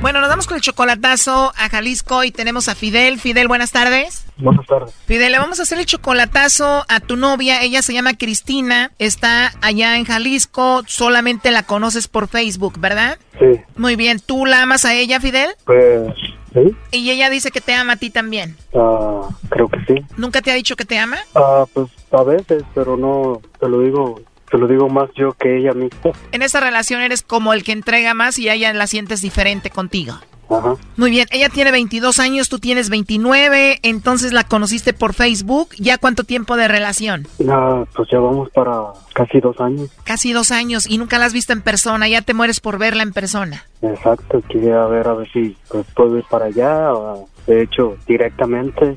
Bueno, nos vamos con el chocolatazo a Jalisco y tenemos a Fidel. Fidel, buenas tardes. Buenas tardes. Fidel, le vamos a hacer el chocolatazo a tu novia. Ella se llama Cristina, está allá en Jalisco. Solamente la conoces por Facebook, ¿verdad? Sí, Muy bien, ¿tú la amas a ella, Fidel? pues sí, Y ella dice que te ama a ti también. ah, creo que sí. ¿Nunca te ha dicho que te ama? Ah, pues a veces, pero no, te lo digo, te lo digo más yo que ella misma. En esa relación eres como el que entrega más y a ella la sientes diferente contigo. Ajá, Muy bien, ella tiene 22 años, tú tienes 29, entonces la conociste por Facebook. ¿Ya cuánto tiempo de relación? Ah, pues ya vamos para casi dos años. Casi dos años y nunca la has visto en persona, ya te mueres por verla en persona. Exacto, quería ver a ver si pues, puedo ir para allá, o, de hecho, directamente,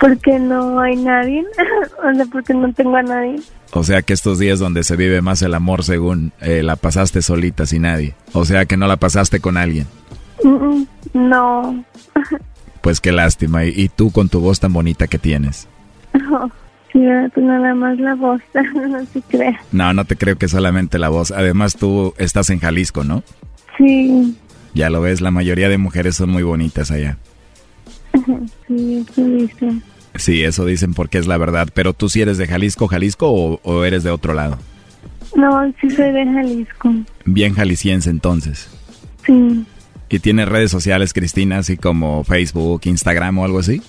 porque no hay nadie, o sea, porque no tengo a nadie, O sea que estos días donde se vive más el amor según eh, la pasaste solita sin nadie. O sea que no la pasaste con alguien. Mm, mm, no, Pues qué lástima. Y, y tú con tu voz tan bonita que tienes. sí, pues nada más la voz, no se crea, No, no te creo que solamente la voz. Además tú estás en Jalisco, ¿no? sí, Ya lo ves, la mayoría de mujeres son muy bonitas allá. sí, eso dice, Sí, eso dicen porque es la verdad. Pero tú si eres de Jalisco, Jalisco o, o eres de otro lado. no, sí soy de Jalisco, Bien jalisciense entonces. sí, ¿Y tienes redes sociales, Cristina, así como Facebook, Instagram o algo así?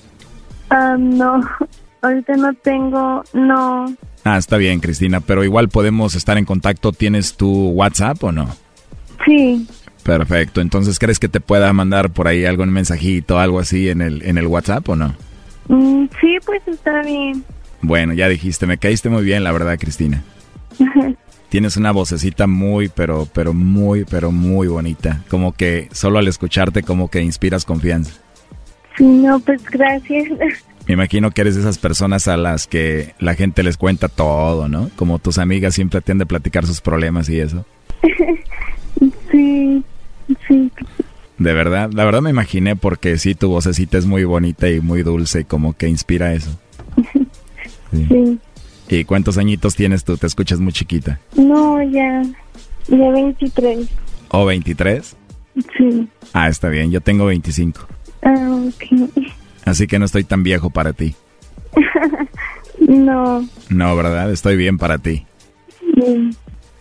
ah, no, ahorita no tengo, no, Ah, está bien, Cristina, pero igual podemos estar en contacto. ¿Tienes tu WhatsApp o no? sí, Perfecto, entonces ¿crees que te pueda mandar por ahí algún mensajito, algo así en el, en el WhatsApp o no? mm, sí, pues está bien. Bueno, ya dijiste, me caíste muy bien, la verdad, Cristina. Tienes una vocecita muy, pero, pero muy, pero muy bonita. Como que solo al escucharte como que inspiras confianza. Sí, no, pues gracias. Me imagino que eres de esas personas a las que la gente les cuenta todo, ¿no? Como tus amigas siempre tienden a platicar sus problemas y eso. Sí, sí. De verdad, la verdad me imaginé porque sí, tu vocecita es muy bonita y muy dulce y como que inspira eso. Sí. Sí. ¿Y cuántos añitos tienes tú? Te escuchas muy chiquita. No, ya. Ya 23. ¿O 23? Sí. Ah, está bien, yo tengo 25. Ah, ok. Así que no estoy tan viejo para ti. No. No, ¿verdad? Estoy bien para ti. sí.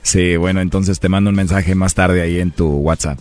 Sí, bueno, entonces te mando un mensaje más tarde ahí en tu WhatsApp.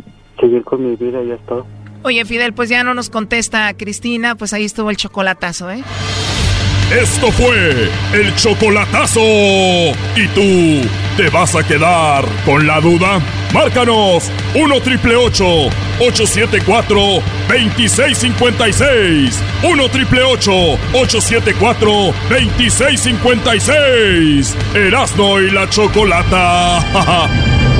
seguir con mi vida y ya está. Oye, Fidel, pues ya no nos contesta Cristina, pues ahí estuvo el chocolatazo, ¿eh? Esto fue el chocolatazo. ¿Y tú te vas a quedar con la duda? Márcanos 1 triple 874 2656. 1 triple 874 2656. Erasno y la chocolata.